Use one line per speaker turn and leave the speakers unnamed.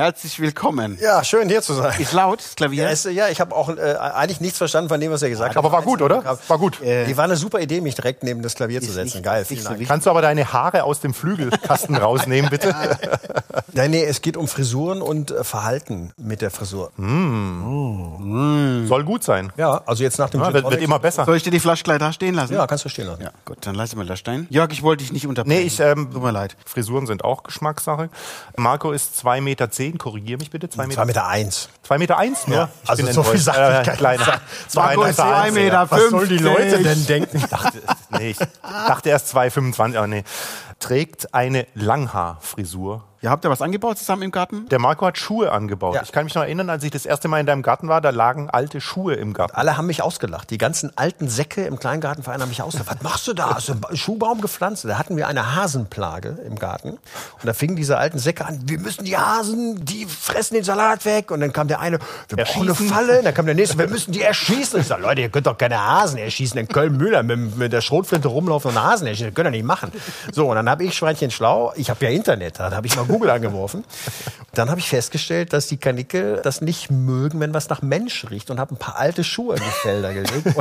Herzlich willkommen.
Ja, schön hier zu sein.
Ist laut, das Klavier?
Ja, es, ja ich habe auch äh, eigentlich nichts verstanden von dem, was er gesagt hat. Äh,
Aber war gut, oder? War gut.
Die war eine super Idee, mich direkt neben das Klavier zu setzen.
nicht-
Geil,
ist
vielen
nicht so
Dank.
wichtig.
Kannst du aber deine Haare aus dem Flügelkasten rausnehmen, bitte?
Nein, nee, es geht um Frisuren und äh, Verhalten mit der Frisur.
Mhm. Soll gut sein.
Ja, also jetzt nach dem
Ja,
Gin
wird, wird
Tonic-
immer besser.
Soll ich dir die Flasche gleich da stehen lassen?
Ja, kannst du stehen lassen.
Ja, gut, dann lassen wir das stehen. Jörg, ich wollte dich nicht unterbrechen.
Nee, ich, ähm,
Tut mir leid.
Frisuren sind auch Geschmackssache. Marco ist 2,10 Meter, zehn, korrigier mich bitte, 2
Zwei
Meter,
Meter eins.
zwei Meter eins nur. Ich
also
bin
so viel
enttäuscht.
sagt ich
äh,
gar nicht.
kleiner.
Marco ist
Meter
zwei
eins,
Meter
ja.
fünf.
denken?
Ich dachte, nee, ich dachte erst 2,25, aber nee. Trägt eine Langhaarfrisur.
Ihr habt ja was angebaut zusammen im Garten?
Der Marco hat Schuhe angebaut.
Ja.
Ich kann mich noch erinnern, als ich das erste Mal in deinem Garten war, da lagen alte Schuhe im Garten.
Alle haben mich ausgelacht. Die ganzen alten Säcke im Kleingartenverein haben mich ausgelacht. Was machst du da? Hast du einen Schuhbaum gepflanzt? Da hatten wir eine Hasenplage im Garten. Und da fingen diese alten Säcke an, wir müssen die Hasen, die fressen den Salat weg. Und dann kam der eine, wir brauchen eine
Erschießen.
Falle. Und dann kam der nächste, wir müssen die erschießen. Ich sage, Leute, ihr könnt doch keine Hasen erschießen. In Köln-Müller mit, mit der Schrotflinte rumlaufen und Hasen erschießen. Das könnt ihr nicht machen. So, und dann habe ich Schweinchen schlau, ich habe ja Internet, da habe ich mal Google angeworfen. Dann habe ich festgestellt, dass die Kanickel das nicht mögen, wenn was nach Mensch riecht und habe ein paar alte Schuhe in die Felder gelegt.